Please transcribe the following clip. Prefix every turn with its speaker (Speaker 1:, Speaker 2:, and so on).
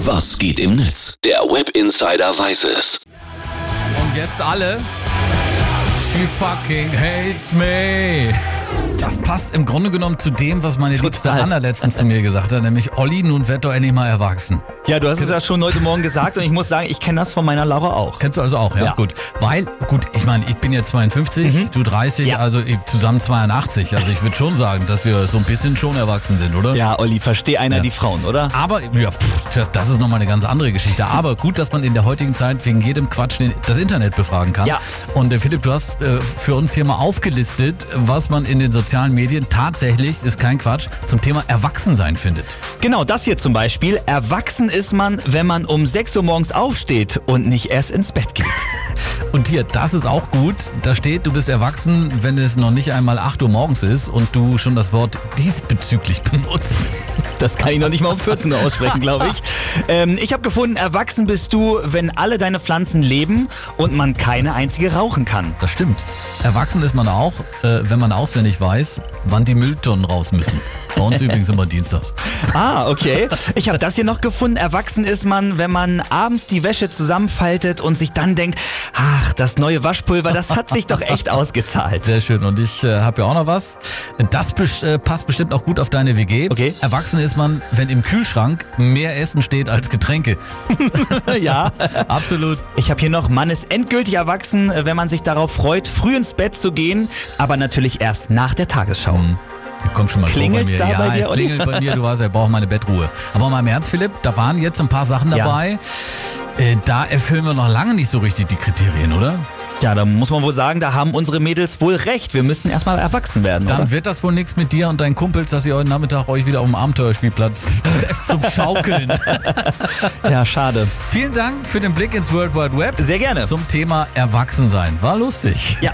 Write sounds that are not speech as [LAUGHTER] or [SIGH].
Speaker 1: Was geht im Netz? Der Web Insider weiß es.
Speaker 2: Und jetzt alle. She fucking hates me. Das passt im Grunde genommen zu dem, was meine liebste
Speaker 3: Total.
Speaker 2: Anna letztens zu mir gesagt hat, nämlich Olli, nun werd doch endlich mal erwachsen.
Speaker 3: Ja, du hast es ja schon heute Morgen gesagt und ich muss sagen, ich kenne das von meiner Laura auch.
Speaker 2: Kennst du also auch, ja?
Speaker 3: Ja. Mhm.
Speaker 2: Gut. Weil, gut, ich meine, ich bin jetzt 52, du 30,
Speaker 3: Ja.
Speaker 2: also ich- zusammen 82. Also ich würde schon sagen, dass wir so ein bisschen schon erwachsen sind, oder?
Speaker 3: Ja, Olli, versteh einer
Speaker 2: Ja.
Speaker 3: die Frauen, oder?
Speaker 2: Aber, ja, pff, das, das ist nochmal eine ganz andere Geschichte. Aber gut, dass man in der heutigen Zeit wegen jedem Quatsch den, das Internet befragen kann.
Speaker 3: Ja.
Speaker 2: Und äh, Philipp, du hast äh, für uns hier mal aufgelistet, was man in den sozialen Medien tatsächlich, ist kein Quatsch, zum Thema Erwachsensein findet.
Speaker 3: Genau, das hier zum Beispiel. Erwachsen ist man, wenn man um 6 Uhr morgens aufsteht und nicht erst ins Bett geht.
Speaker 2: Und hier, das ist auch gut. Da steht, du bist erwachsen, wenn es noch nicht einmal 8 Uhr morgens ist und du schon das Wort diesbezüglich [LAUGHS] benutzt.
Speaker 3: Das kann ich noch nicht mal um 14 Uhr aussprechen, glaube ich. Ähm, ich habe gefunden, erwachsen bist du, wenn alle deine Pflanzen leben und man keine einzige rauchen kann.
Speaker 2: Das stimmt. Erwachsen ist man auch, äh, wenn man auswendig weiß, wann die Mülltonnen raus müssen. Bei uns übrigens immer dienstags.
Speaker 3: Ah, okay. Ich habe das hier noch gefunden. Erwachsen ist man, wenn man abends die Wäsche zusammenfaltet und sich dann denkt, ach, das neue Waschpulver, das hat sich doch echt ausgezahlt.
Speaker 2: Sehr schön. Und ich äh, habe ja auch noch was. Das besch- äh, passt bestimmt auch gut auf deine WG.
Speaker 3: Okay.
Speaker 2: Erwachsen ist man, wenn im Kühlschrank mehr Essen steht als Getränke.
Speaker 3: Ja.
Speaker 2: Absolut.
Speaker 3: Ich habe hier noch, man ist endgültig erwachsen, wenn man sich darauf freut, früh ins Bett zu gehen, aber natürlich erst nach der Tagesschau.
Speaker 2: Ja, Komm schon mal vor
Speaker 3: Klingelt's
Speaker 2: bei mir.
Speaker 3: da
Speaker 2: ja,
Speaker 3: bei dir,
Speaker 2: es
Speaker 3: Olli?
Speaker 2: klingelt bei mir. Du weißt ja, ich brauche meine Bettruhe. Aber mal im Ernst, Philipp, da waren jetzt ein paar Sachen
Speaker 3: Ja.
Speaker 2: dabei. Äh, da erfüllen wir noch lange nicht so richtig die Kriterien, oder?
Speaker 3: Ja, da muss man wohl sagen, da haben unsere Mädels wohl recht. Wir müssen erstmal erwachsen werden,
Speaker 2: Dann
Speaker 3: oder?
Speaker 2: wird das wohl nichts mit dir und deinen Kumpels, dass ihr heute Nachmittag euch wieder auf dem Abenteuerspielplatz [LAUGHS] trefft zum
Speaker 3: [LAUGHS]
Speaker 2: Schaukeln.
Speaker 3: Ja, schade.
Speaker 2: Vielen Dank für den Blick ins World Wide Web.
Speaker 3: Sehr gerne.
Speaker 2: Zum Thema Erwachsensein. War lustig.
Speaker 3: Ja.